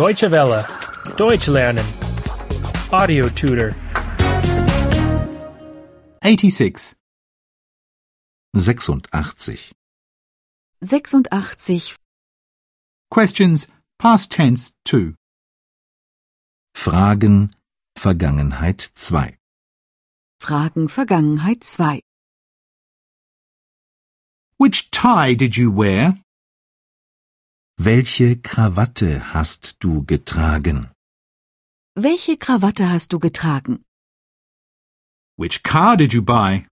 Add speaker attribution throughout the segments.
Speaker 1: Deutsche Welle. Deutsch lernen. Audio tutor.
Speaker 2: 86.
Speaker 3: 86.
Speaker 4: 86
Speaker 2: Questions past tense 2.
Speaker 3: Fragen Vergangenheit 2.
Speaker 4: Fragen Vergangenheit 2.
Speaker 2: Which tie did you wear?
Speaker 3: Welche Krawatte hast du getragen?
Speaker 4: Welche Krawatte hast du getragen?
Speaker 2: Which car did you buy?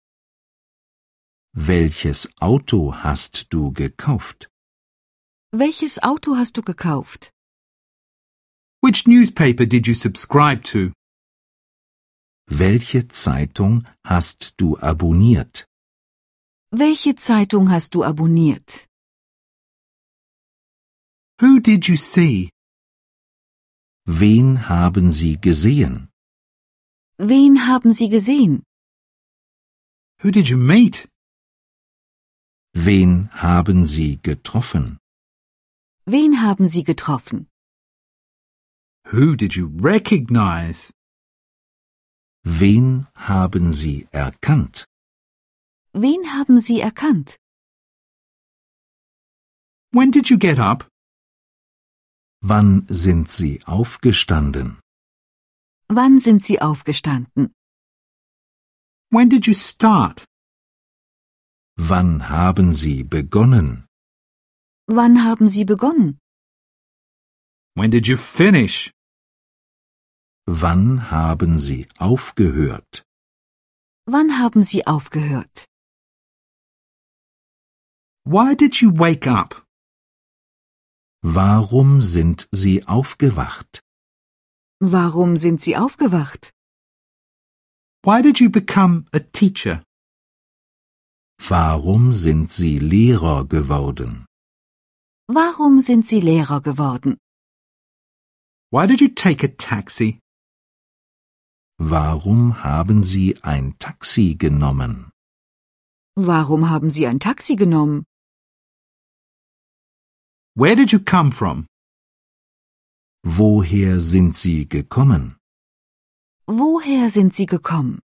Speaker 3: Welches Auto hast du gekauft?
Speaker 4: Welches Auto hast du gekauft?
Speaker 2: Which newspaper did you subscribe to?
Speaker 3: Welche Zeitung hast du abonniert?
Speaker 4: Welche Zeitung hast du abonniert?
Speaker 2: Who did you see?
Speaker 3: Wen haben sie gesehen?
Speaker 4: Wen haben sie gesehen?
Speaker 2: Who did you meet?
Speaker 3: Wen haben sie getroffen?
Speaker 4: Wen haben sie getroffen?
Speaker 2: Who did you recognize?
Speaker 3: Wen haben sie erkannt?
Speaker 4: Wen haben sie erkannt?
Speaker 2: When did you get up?
Speaker 3: Wann sind sie aufgestanden?
Speaker 4: Wann sind sie aufgestanden?
Speaker 2: When did you start?
Speaker 3: Wann haben sie begonnen?
Speaker 4: Wann haben sie begonnen?
Speaker 2: When did you finish?
Speaker 3: Wann haben sie aufgehört?
Speaker 4: Wann haben sie aufgehört?
Speaker 2: Why did you wake up?
Speaker 3: Warum sind sie aufgewacht?
Speaker 4: Warum sind sie aufgewacht?
Speaker 2: Why did you become a teacher?
Speaker 3: Warum sind sie Lehrer geworden?
Speaker 4: Warum sind sie Lehrer geworden?
Speaker 2: Why did you take a taxi?
Speaker 3: Warum haben sie ein Taxi genommen?
Speaker 4: Warum haben sie ein Taxi genommen?
Speaker 2: Where did you come from?
Speaker 3: Woher sind sie gekommen?
Speaker 4: Woher sind sie gekommen?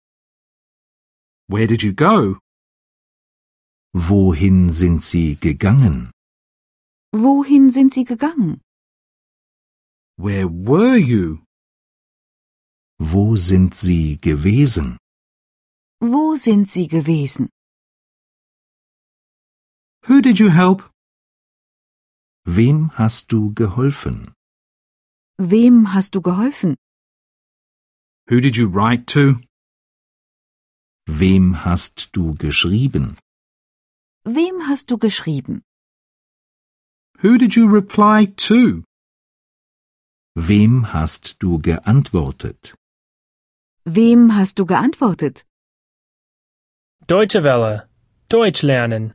Speaker 2: Where did you go?
Speaker 3: Wohin sind sie gegangen?
Speaker 4: Wohin sind sie gegangen?
Speaker 2: Where were you?
Speaker 3: Wo sind sie gewesen?
Speaker 4: Wo sind sie gewesen?
Speaker 2: Who did you help?
Speaker 3: Wem hast du geholfen?
Speaker 4: Wem hast du geholfen?
Speaker 2: Who did you write to?
Speaker 3: Wem hast du geschrieben?
Speaker 4: Wem hast du geschrieben?
Speaker 2: Who did you reply to?
Speaker 3: Wem hast du geantwortet?
Speaker 4: Wem hast du geantwortet?
Speaker 1: Deutsche Welle. Deutsch lernen.